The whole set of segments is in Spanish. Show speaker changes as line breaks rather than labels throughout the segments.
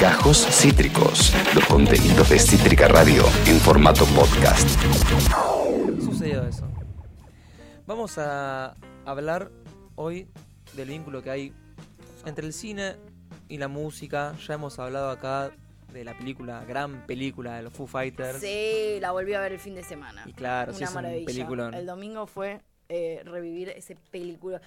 Gajos Cítricos, los contenidos de Cítrica Radio en formato podcast.
Sucedió eso. Vamos a hablar hoy del vínculo que hay entre el cine y la música. Ya hemos hablado acá de la película, gran película de los Foo Fighters.
Sí, la volví a ver el fin de semana.
Y claro,
Una
sí, es un
maravilla.
peliculón.
El domingo fue eh, revivir ese película.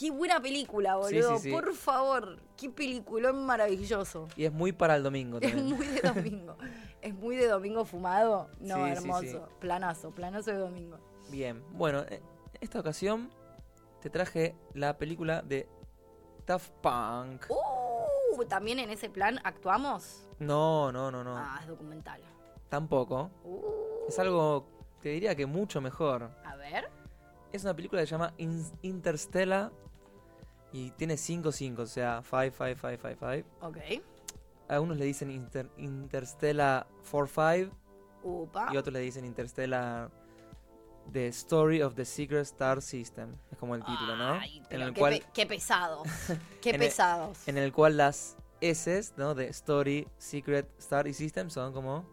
Qué buena película, boludo.
sí, sí.
Por favor, qué peliculón maravilloso.
Y es muy para el domingo
Es
también.
muy de domingo. es muy de domingo fumado. No,
Sí, sí,
hermoso.
sí.
Planazo, planazo de domingo.
Bien, bueno, en esta ocasión te traje la película de Daft Punk.
Uh, también en ese plan actuamos.
No, no, no, no.
Ah, es documental.
Tampoco.
Uh,
Es algo, te diría que mucho mejor.
a ver.
Es una película que se llama In- Interstella y tiene 5-5, o sea, 5-5-5-5-5.
Ok.
Algunos le dicen Inter- Interstella 4-5
Upa.
y otros le dicen Interstella The Story of the Secret Star System. Es como el título, ¿no?
Ay,
en,
pero
el
qué,
cual,
pe- qué pesados. Qué
En el-
pesados.
en el cual las S ¿no? de Story, Secret, Star y System son como...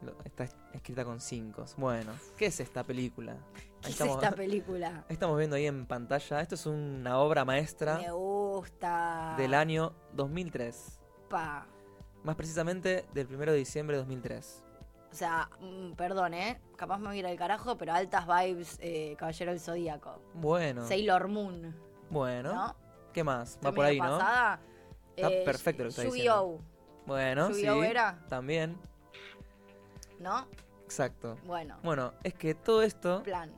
lo- Está escrita con 5. Bueno, ¿qué es esta película?
¿Qué es esta película?
Ahí Estamos viendo ahí en pantalla. Esto es una obra maestra
Me gusta.
del año 2003.
Pa.
Más precisamente del 1 de diciembre de 2003.
O sea, mm, perdón, ¿eh? Capaz me voy a ir al carajo, pero altas vibes, eh, Caballero del Zodíaco.
Bueno,
Sailor Moon.
bueno.
¿No?
¿Qué más? Va
Estoy
por ahí,
medio
¿no?
pasada. eh,
Está perfecto lo que está
Yu-Gi-Oh!
Bueno, sí.
Yu-Gi-Oh era.
También.
¿No?
Exacto.
Bueno,
Bueno, es que todo esto
plan.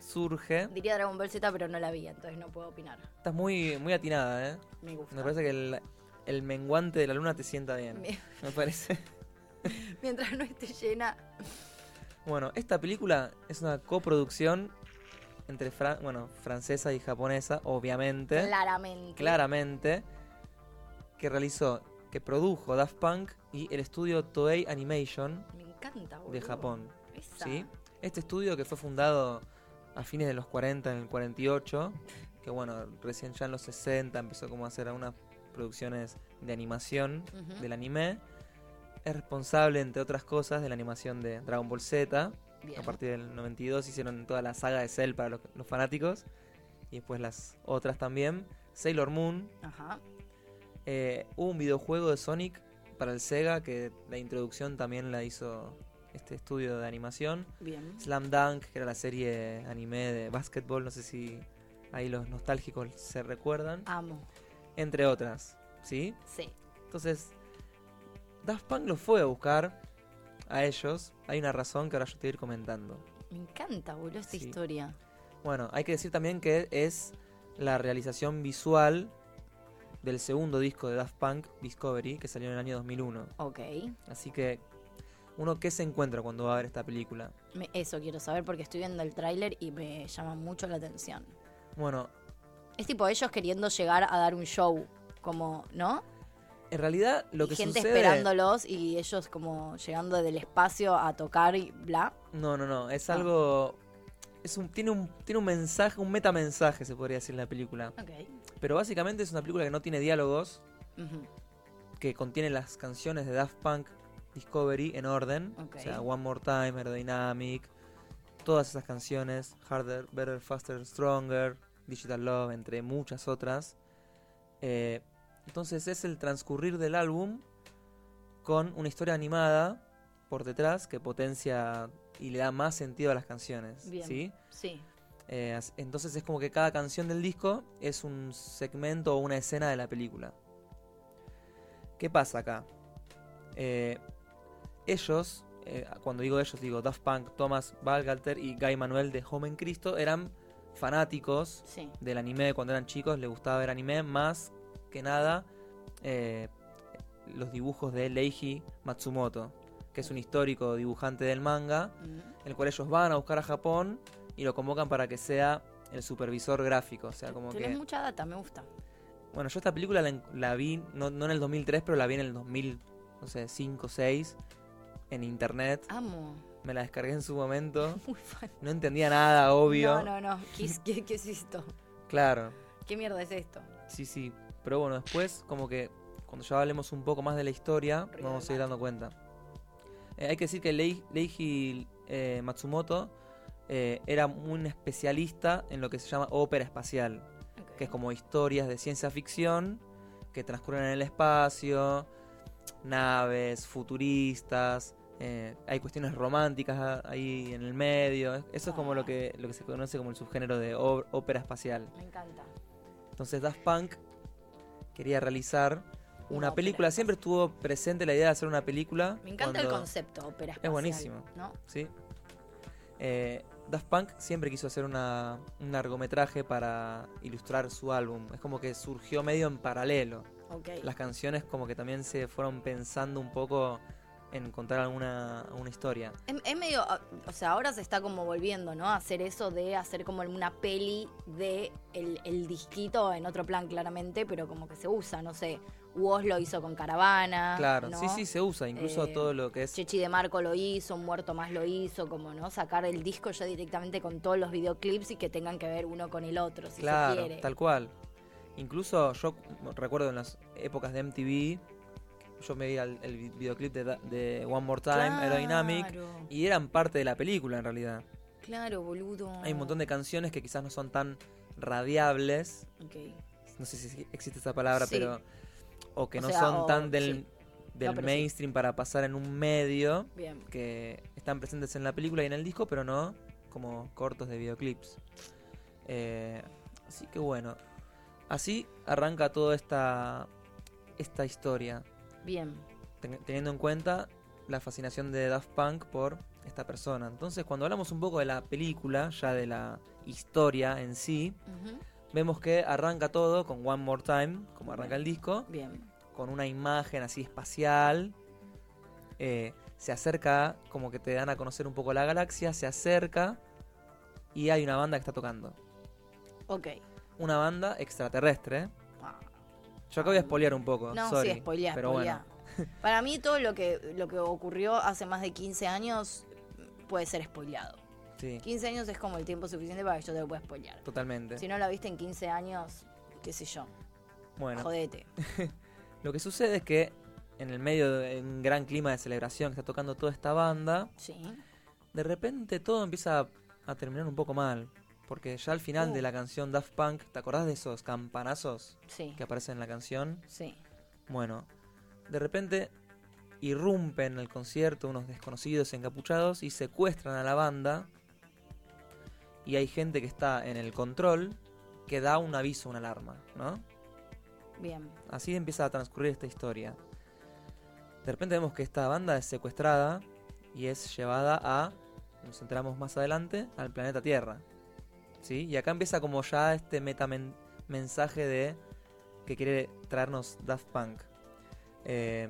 surge.
Diría Dragon Ball Z, pero no la vi, entonces no puedo opinar.
Estás muy, muy atinada, ¿eh?
Me gusta.
Me parece que el, el menguante de la luna te sienta bien.
Mi-
Me parece.
Mientras no esté llena.
Bueno, esta película es una coproducción entre fran- bueno, francesa y japonesa, obviamente.
Claramente.
claramente, que realizó, que produjo Daft Punk y el estudio Toei Animation
Me encanta, boludo.
de Japón.
Esa.
¿sí? Este estudio que fue fundado a fines de los 40, en el 48, que bueno, recién ya en los 60 empezó como a hacer algunas producciones de animación
Ujú.
del anime. Es responsable, entre otras cosas, de la animación de Dragon Ball Z.
Bien.
A partir del 92 hicieron toda la saga de Cell para los, los fanáticos. Y después las otras también. Sailor Moon,
Ajá.
eh, hubo un videojuego de Sonic para el Sega que la introducción también la hizo este estudio de animación.
Bien.
Slam Dunk, que era la serie anime de básquetbol, no sé si ahí los nostálgicos se recuerdan,
Amo.
entre otras, ¿sí?
Sí.
Entonces, Daft Punk los fue a buscar a ellos. Hay una razón que ahora yo te voy a ir comentando.
Me encanta, boludo, esta
Sí.
historia.
Bueno, hay que decir también que es la realización visual del segundo disco de Daft Punk, Discovery, que salió en el año 2001.
Ok.
Así que, ¿uno qué se encuentra cuando va a ver esta película?
Me- eso quiero saber porque estoy viendo el tráiler y me llama mucho la atención.
Bueno,
Es tipo ellos queriendo llegar a dar un show, como, ¿no?
en realidad lo
Y
que
gente
sucede...
esperándolos y ellos como llegando del espacio a tocar y bla.
No, no, no, es
Ah.
algo... Es un, tiene, un, tiene un mensaje, un metamensaje se podría decir la película.
Ok.
Pero básicamente es una película que no tiene diálogos, que contiene las canciones de Daft Punk Discovery en orden.
Ok.
O sea, One More Time, Aerodynamic, todas esas canciones, Harder, Better, Faster, Stronger, Digital Love, entre muchas otras. Eh, entonces es el transcurrir del álbum con una historia animada por detrás que potencia y le da más sentido a las canciones.
Bien.
¿sí?
Sí.
Eh, as- entonces es como que cada canción del disco es un segmento o una escena de la película. ¿Qué pasa acá? Eh, ellos, eh, cuando digo ellos, digo Daft Punk, Thomas Balgalter y Guy Manuel de Home en Cristo, eran fanáticos
Sí.
del anime cuando eran chicos, les gustaba ver anime, más que nada eh, los dibujos de Leiji Matsumoto, que es un histórico dibujante del manga el cual ellos van a buscar a Japón y lo convocan para que sea el supervisor gráfico. O sea, como
Tienes
que.
mucha data, me gusta.
Bueno, yo esta película la, en- la vi, no, no en el 2003, pero la vi en el 2000, no sé, 5, 6, en internet.
Amo.
Me la descargué en su momento.
Muy fan.
No entendía nada, obvio.
No, no, no. ¿Qué, es- qué- qué es esto?
Claro,
¿Qué mierda es esto?
sí, sí. Pero bueno, después, como que Cuando ya hablemos un poco más de la historia,
Río
vamos a ir
del
dando cuenta. Eh, hay que decir que Lei- Leiji eh, Matsumoto eh, era un especialista en lo que se llama ópera espacial,
Ok.
que es como historias de ciencia ficción que transcurren en el espacio, naves futuristas, eh, hay cuestiones románticas a- ahí en el medio. Es- Eso es como lo que, lo que se conoce como el subgénero de ó- ópera espacial.
Me encanta.
Entonces Daft Punk quería realizar
Una
una
ópera
película. Siempre estuvo presente la idea de hacer una película.
Me encanta el
cuando-
concepto, ópera espacial.
buenísimo.
¿no?
Sí. Eh, Daft Punk siempre quiso hacer una- un largometraje para ilustrar su álbum. Es como que surgió medio en paralelo.
Ok.
Las canciones como que también se fueron pensando un poco en contar alguna una historia.
Es, es medio, ah, o sea, ahora se está como volviendo, ¿no? A Hacer eso de hacer como una peli de el, el disquito en otro plan claramente, pero como que se usa, no sé. Woz lo hizo con Caravana.
Claro,
Ah, ¿no?
sí, sí, se usa. Incluso
Eh,
todo lo que es...
Chechi de Marco lo hizo, Muerto Más lo hizo, como, ¿no? Sacar el disco ya directamente con todos los videoclips y que tengan que ver uno con el otro, si se
Claro,
quiere.
tal cual. Incluso yo recuerdo en las épocas de MTV, yo me vi al, el vi- videoclip de, Da- de One More Time, Aerodynamic,
Claro,
y eran parte de la película en realidad.
claro, boludo.
Hay un montón de canciones que quizás no son tan radiables,
Ok.
no sé si existe esa palabra,
Sí.
pero. o que
O
no
sea,
son
o-
tan del,
sí.
del
No, pero sí.
mainstream para pasar en un medio,
Bien.
que están presentes en la película y en el disco, pero no como cortos de videoclips. Eh, así que bueno, así arranca toda esta, esta historia,
Bien.
ten- teniendo en cuenta la fascinación de Daft Punk por esta persona. Entonces, cuando hablamos un poco de la película, ya de la historia en sí,
Ujú.
vemos que arranca todo con One More Time, como arranca el disco,
Bien.
con una imagen así espacial. eh, se acerca, como que te dan a conocer un poco la galaxia, se acerca y hay una banda que está tocando.
Ok.
Una banda extraterrestre.
Ah.
Yo acabo de spoilear un poco,
No,
sorry.
sí, spoileá,
pero
spoileá.
bueno,
Para mí todo lo que, lo que ocurrió hace más de 15 años puede ser spoileado.
sí,
15 años es como el tiempo suficiente para que yo te lo pueda spoilear.
totalmente.
Si no la viste en 15 años, qué sé yo,
bueno,
jodete.
lo que sucede es que en el medio de un gran clima de celebración que está tocando toda esta banda,
Sí.
de repente todo empieza a, a terminar un poco mal. Porque ya al final
Uh.
de la canción Daft Punk, ¿te acordás de esos campanazos
Sí.
que aparecen en la canción?
Sí.
Bueno, de repente irrumpen en el concierto unos desconocidos encapuchados y secuestran a la banda. Y hay gente que está en el control que da un aviso, una alarma, ¿no?
Bien.
Así empieza a transcurrir esta historia. De repente vemos que esta banda es secuestrada y es llevada a, nos enteramos más adelante, al planeta Tierra. ¿Sí? Y acá empieza como ya este metamen- mensaje de que quiere traernos Daft Punk. Eh,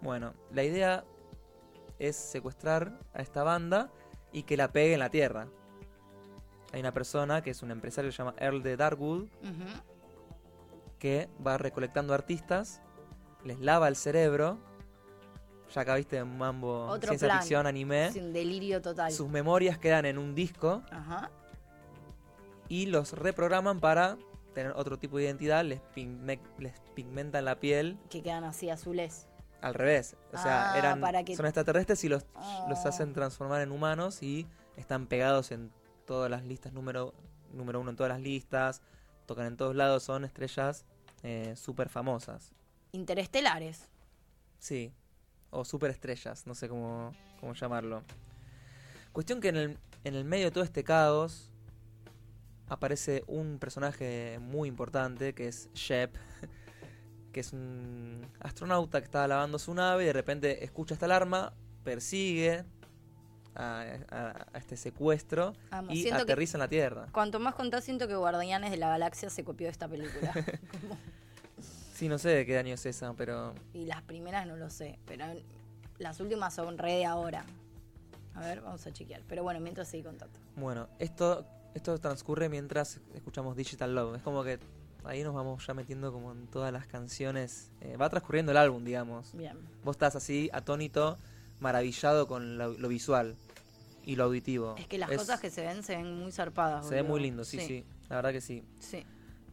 bueno, la idea es secuestrar a esta banda y que la pegue en la Tierra. Hay una persona que es un empresario que se llama Earl de Darkwood
Ujú.
que va recolectando artistas, les lava el cerebro. Ya acá viste en Mambo
Otro
ciencia
plan.
ficción, anime.
Es un delirio total.
Sus memorias quedan en un disco
Ajá.
y los reprograman para tener otro tipo de identidad. Les, pigme- les pigmentan la piel
Que quedan así azules.
al revés. O sea,
Ah,
eran,
para que-
son extraterrestres y los,
Oh.
los hacen transformar en humanos y están pegados en todas las listas, número, número uno en todas las listas. Tocan en todos lados, son estrellas eh, súper famosas.
Interestelares.
Sí. O superestrellas, no sé cómo, cómo llamarlo. Cuestión que en el, en el medio de todo este caos aparece un personaje muy importante que es Shep, que es un astronauta que está lavando su nave y de repente escucha esta alarma, persigue a, a- a este secuestro
Amo,
y
siento que-
aterriza en la Tierra.
Cuanto más contás, siento que Guardianes de la Galaxia se copió de esta película.
Sí, no sé de qué año es esa, pero
y las primeras no lo sé, pero las últimas son re de ahora. A ver, vamos a chequear. Pero bueno, mientras seguí contando.
Bueno, esto, esto transcurre mientras escuchamos Digital Love. Es como que ahí nos vamos ya metiendo como en todas las canciones. Eh, va transcurriendo el álbum, digamos.
Bien.
Vos estás así, atónito, maravillado con lo, lo visual y lo auditivo.
Es que las cosas que se ven se ven muy zarpadas.
Se ve
boludo.
muy lindo, sí, sí, La verdad que sí.
Sí.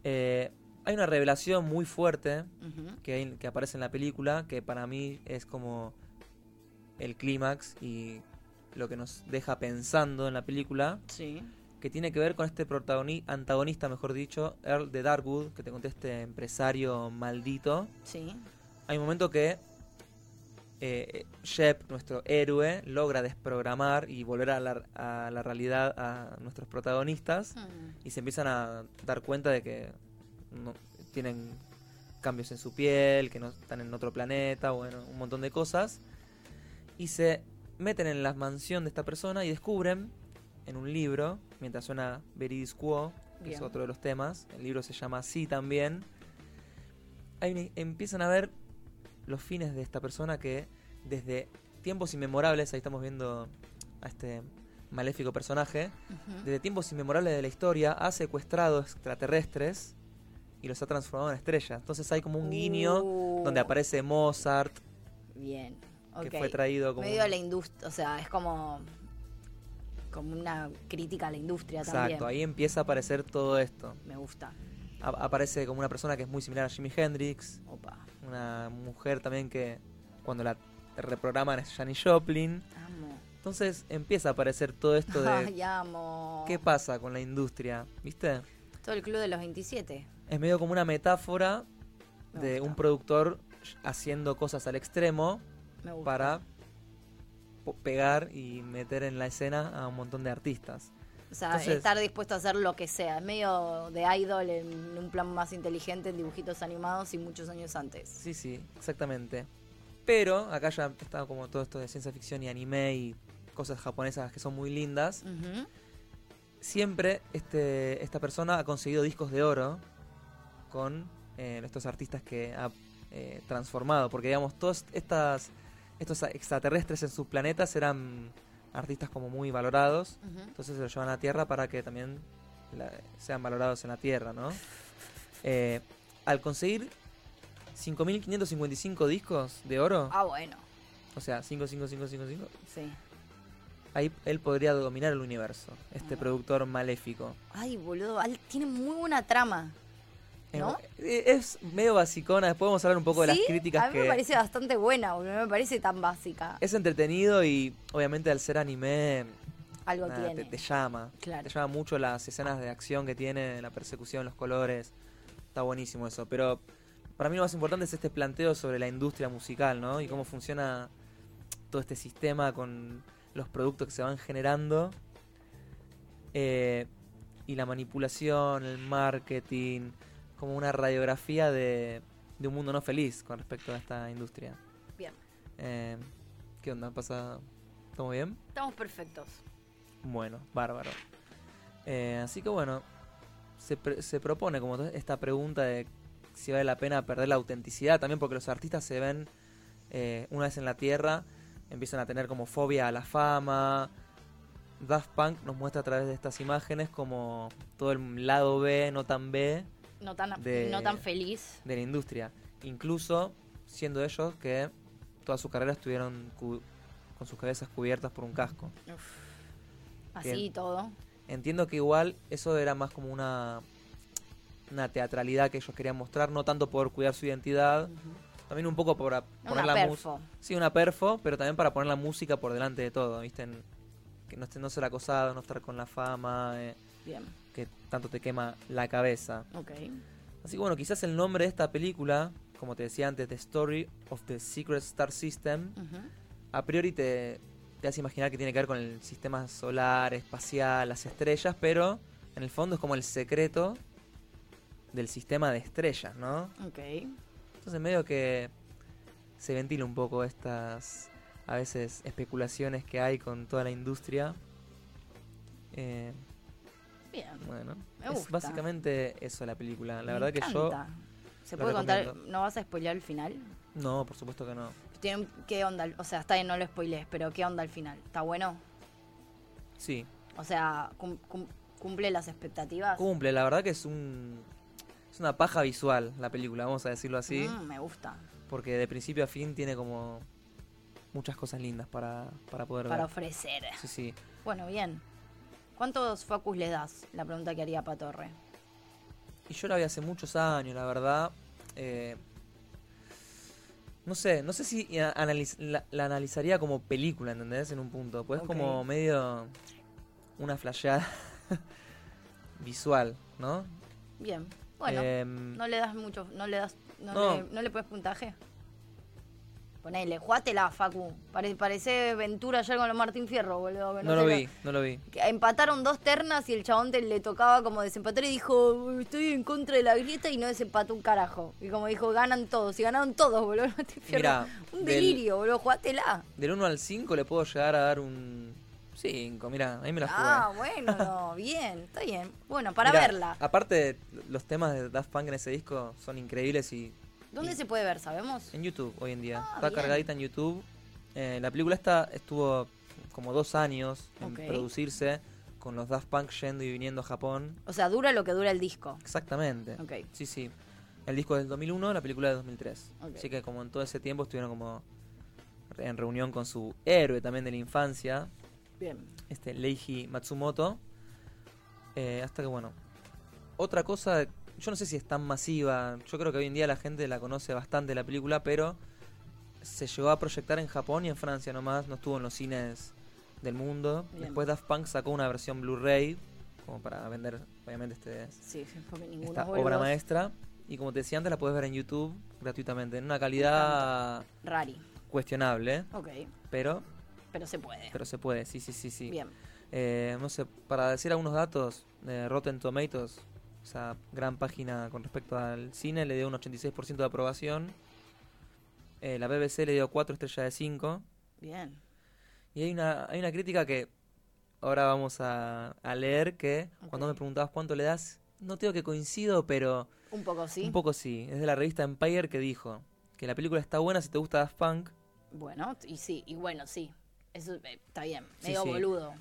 Eh, Hay una revelación muy fuerte
Ujú.
que, hay- que aparece en la película, que para mí es como el clímax y lo que nos deja pensando en la película,
Sí.
que tiene que ver con este protagoni- antagonista, mejor dicho, Earl de Darkwood, que te conté este empresario maldito.
Sí.
Hay un momento que eh, Shep, nuestro héroe, logra desprogramar y volver a la, a la realidad a nuestros protagonistas
Mm.
y se empiezan a dar cuenta de que no- tienen cambios en su piel, que no están en otro planeta, bueno, un montón de cosas. Y se meten en la mansión de esta persona y descubren en un libro, mientras suena Veridis Quo, que es
Bien.
otro de los temas, el libro se llama así también, hay una- empiezan a ver los fines de esta persona que desde tiempos inmemorables, ahí estamos viendo a este maléfico personaje,
Ujú.
desde tiempos inmemorables de la historia, ha secuestrado extraterrestres y los ha transformado en estrellas. Entonces hay como un guiño
Uh,
donde aparece Mozart,
Bien.
que
Ok.
fue traído como...
Medio a
un-
la industria, o sea, es como como una crítica a la industria
Exacto,
también.
ahí empieza a aparecer todo esto.
Me gusta.
A- aparece como una persona que es muy similar a Jimi Hendrix,
Opa.
una mujer también que cuando la reprograman es Janis Joplin.
Amo.
Entonces empieza a aparecer todo esto de
Ay, amo.
qué pasa con la industria, ¿viste?
Todo el club de los 27.
Es medio como una metáfora
Me
de
gusta.
un productor haciendo cosas al extremo
Me gusta.
para po- pegar y meter en la escena a un montón de artistas.
o sea,
entonces-
estar dispuesto a hacer lo que sea. Es medio de idol en un plan más inteligente, en dibujitos animados y muchos años antes.
Sí, sí, exactamente. Pero acá ya está como todo esto de ciencia ficción y anime y cosas japonesas que son muy lindas.
Ujú.
Siempre este, esta persona ha conseguido discos de oro con eh, estos artistas que ha eh, transformado. Porque digamos, todos estas, estos extraterrestres en sus planetas eran artistas como muy valorados.
Ujú.
Entonces se lo llevan a tierra para que también la- sean valorados en la tierra, ¿no? Eh, al conseguir 5.555 discos de oro,
Ah, bueno.
o sea, 55555,
Sí.
ahí él podría dominar el universo, este
Ah.
productor maléfico.
Ay, boludo. al- Tiene muy buena trama.
Eh,
¿No?
eh, Es medio basicona, después vamos a hablar un poco de
Sí,
las críticas
A mí me
que-
parece bastante buena, boludo. No me parece tan básica.
Es entretenido y obviamente al ser anime
Algo
nada,
tiene.
te, te llama.
Claro.
Te llama mucho las escenas de acción que tiene, la persecución, los colores. Está buenísimo eso. Pero para mí lo más importante es este planteo sobre la industria musical, ¿no? Y cómo funciona todo este sistema con los productos que se van generando. Eh, y la manipulación, el marketing, como una radiografía de, de un mundo no feliz con respecto a esta industria.
Bien.
Eh, ¿Qué onda? ¿Pasa? ¿Todo bien?
Estamos perfectos.
Bueno, bárbaro. Eh, así que bueno, se, pre- se propone como to- esta pregunta de si vale la pena perder la autenticidad también, porque los artistas se ven eh, una vez en la Tierra, empiezan a tener como fobia a la fama. Daft Punk nos muestra a través de estas imágenes como todo el lado B, no tan B,
No tan,
De-
no tan feliz.
de la industria. Incluso siendo ellos que toda su carrera estuvieron cu- con sus cabezas cubiertas por un casco.
Así
Bien.
y todo.
Entiendo que igual eso era más como una, una teatralidad que ellos querían mostrar, no tanto por cuidar su identidad, también un poco por a- poner
Una
la música.
perfo.
Sí, una perfo, pero también para poner la música por delante de todo, ¿viste? En- que no, esté- no ser acosado, no estar con la fama, eh,
Bien.
que tanto te quema la cabeza.
Ok.
Así que bueno, quizás el nombre de esta película, como te decía antes, The Story of the Secret Star System,
Ujú.
a priori te, te hace imaginar que tiene que ver con el sistema solar, espacial, las estrellas, pero en el fondo es como el secreto del sistema de estrellas, ¿no?
Ok.
Entonces medio que se ventila un poco estas, a veces, especulaciones que hay con toda la industria. Eh,
Bien.
bueno,
Me
es
gusta.
básicamente eso la película. La
Me
verdad que yo...
encanta. ¿Se
lo
puede contar?
recomiendo.
¿No vas a spoilear el final?
No, por supuesto que no.
Tienen- ¿Qué onda? O sea, está bien, no lo spoilees, pero ¿qué onda al final? ¿Está bueno?
Sí,
O sea, cum- cum- ¿cumple las expectativas?
cumple. La verdad que es un... Es una paja visual la película, vamos a decirlo así.
Mm, me gusta.
porque de principio a fin tiene como muchas cosas lindas para, para poder
Para
ver.
ofrecer.
Sí, sí.
Bueno, bien. ¿Cuántos focus le das? La pregunta que haría Patorre.
Y yo la vi hace muchos años, la verdad. Eh, no sé, no sé si a- analiz- la, la analizaría como película, ¿entendés? En un punto. Pues es como
Ok.
medio una flasheada visual, ¿no?
Bien. Bueno,
Em,
no le das mucho, no le das, no,
no.
Le, no le pones puntaje. Ponele, jugátela, Facu. Pare- parece Ventura ayer con los Martín Fierro, boludo. que
no lo
sé
vi, no lo vi.
que Empataron dos ternas y el chabón te- le tocaba como desempatar y dijo, estoy en contra de la grieta y no desempató un carajo. Y como dijo, ganan todos. Y ganaron todos, boludo. Martín Fierro.
Mirá,
un
del-
delirio, boludo. Jugátela.
Del 1 al 5 le puedo llegar a dar un 5, mirá, ahí me la jugué.
Ah, bueno, no, bien, está bien. Bueno, para
Mirá,
verla.
Aparte, los temas de Daft Punk en ese disco son increíbles y
¿Dónde
y-
se puede ver, sabemos?
en YouTube hoy en día.
Ah,
está
bien.
cargadita en YouTube. Eh, la película esta estuvo como dos años en
Ok.
producirse, con los Daft Punk yendo y viniendo a Japón.
O sea, dura lo que dura el disco.
Exactamente.
Ok.
Sí, sí. El disco del 2001, la película del 2003.
Ok.
Así que como en todo ese tiempo estuvieron como en reunión con su héroe también de la infancia,
Bien.
este Leiji Matsumoto. Eh, hasta que bueno. Otra cosa, yo no sé si es tan masiva. Yo creo que hoy en día la gente la conoce bastante la película, pero se llegó a proyectar en Japón y en Francia nomás, no estuvo en los cines del mundo.
Bien.
Después Daft Punk sacó una versión Blu-ray, como para vender, obviamente, este,
Sí, porque ninguno
esta
boludos-
obra maestra. Y como te decía antes, la puedes ver en YouTube gratuitamente, en una calidad
Rari.
cuestionable,
Ok,
pero,
pero se puede.
pero se puede, sí, sí, sí, sí.
Bien.
Eh, no sé, para decir algunos datos, eh, Rotten Tomatoes, esa gran página con respecto al cine, le dio un 86% de aprobación. Eh, la BBC le dio 4 estrellas de 5.
Bien.
Y hay una, hay una crítica que ahora vamos a, a leer que cuando
Ok.
me preguntabas cuánto le das, no tengo que coincido, pero
Un poco sí.
un poco sí. Es de la revista Empire que dijo que la película está buena si te gusta Daft Punk.
Bueno, y sí, y bueno, sí. Eso eh, está bien.
Sí,
Medio
sí.
boludo.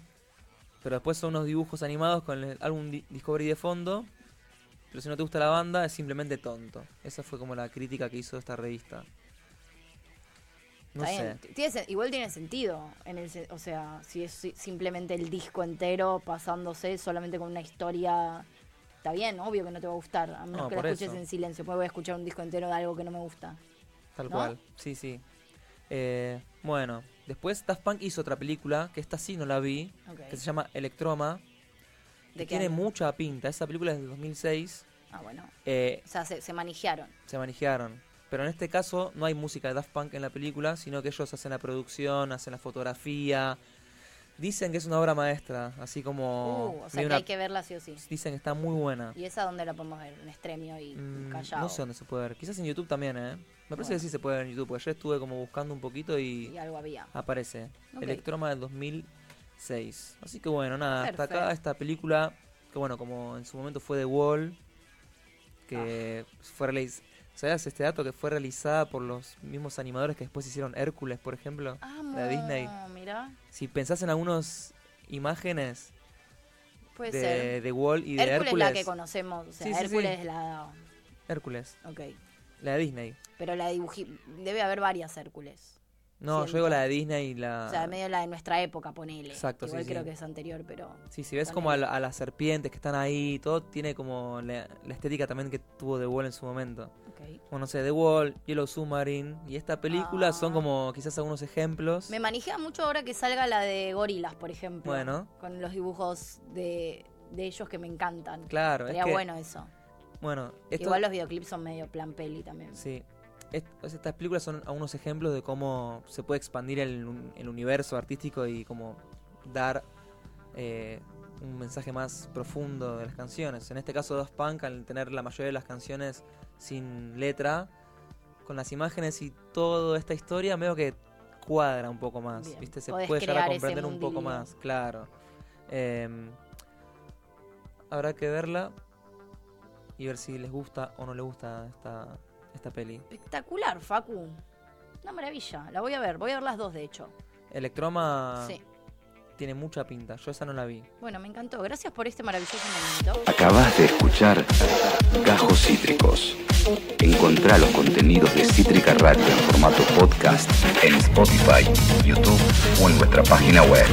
Pero después son unos dibujos animados con el álbum Di- Discovery de fondo. Pero si no te gusta la banda, es simplemente tonto. Esa fue como la crítica que hizo esta revista. No
Está
sé.
bien. Tiene sen- igual tiene sentido. En el, se- o sea, si es si- simplemente el disco entero pasándose solamente con una historia. Está bien, obvio que no te va a gustar. A menos
No,
que lo
por
escuches
eso.
en silencio. Pues voy a escuchar un disco entero de algo que no me gusta.
Tal
¿no?
cual. Sí, sí. Eh, bueno, después Daft Punk hizo otra película, que esta sí no la vi,
Ok.
que se llama Electroma.
¿De
Que
qué
tiene
año?
mucha pinta. Esa película es del 2006.
Ah, bueno.
Eh,
O sea, se, se manijearon.
se manejaron. Pero en este caso no hay música de Daft Punk en la película, sino que ellos hacen la producción, hacen la fotografía. Dicen que es una obra maestra, así como...
Uh, o sea,
medio
que
una-
hay que verla sí o sí.
Dicen que está muy buena.
¿Y esa dónde la podemos ver? En Estremio y
Mm,
Callao.
no sé dónde se puede ver. Quizás en YouTube también, ¿eh? Me parece
Bueno.
que sí se puede ver en YouTube, porque yo estuve como buscando un poquito y
Y algo había.
Ah, aparece.
Ok.
Electroma del 2006. Así que bueno, nada, hasta
Perfecto.
acá esta película, que bueno, como en su momento fue The Wall, que
Ah.
fue realizada... ¿Sabías este dato que fue realizada por los mismos animadores que después hicieron Hércules, por ejemplo?
Amo,
La Disney.
Mirá,
Si pensás en algunas imágenes
puede
de
ser.
The Wall y de
Hércules,
Hércules...
es la que conocemos. O sea,
Sí, sí, sí.
Hércules es la.
Hércules,
Ok.
la de Disney.
Pero la dibují. Debe haber varias Hércules.
No,
Siento.
yo digo la de Disney y la...
O sea, medio la de nuestra época, ponele.
Ah. Exacto,
Igual
sí,
creo
sí.
que es anterior, pero.
Sí, si ves como a, la- a las serpientes que están ahí, todo tiene como la, la estética también que tuvo The Wall en su momento.
Ok.
Bueno, no sé, The Wall, Yellow Submarine y esta película son
Ah.
como quizás algunos ejemplos.
Me manijea mucho ahora que salga la de gorilas, por ejemplo.
Bueno.
Con los dibujos de, de ellos que me encantan.
Claro, es
Sería
que-
bueno eso.
Bueno, esto,
Igual los videoclips son medio plan peli también.
sí, Est- estas películas son algunos ejemplos de cómo se puede expandir el, un- el universo artístico y como dar eh, un mensaje más profundo de las canciones. En este caso, Daft Punk, al tener la mayoría de las canciones sin letra, con las imágenes y toda esta historia, medio que cuadra un poco más.
Bien,
¿viste? Se
podés
puede llegar a
crear ese
comprender un poco
mundillo.
más, claro. Em, habrá que verla y ver si les gusta o no les gusta esta, esta peli.
Espectacular, Facu. Una maravilla. La voy a ver. Voy a ver las dos, de hecho.
Electroma
Sí.
tiene mucha pinta, yo esa no la vi.
Bueno, me encantó. Gracias por este maravilloso momento.
Acabas de escuchar Gajos Cítricos. Encontrá los contenidos de Cítrica Radio en formato podcast en Spotify, YouTube o en nuestra página web.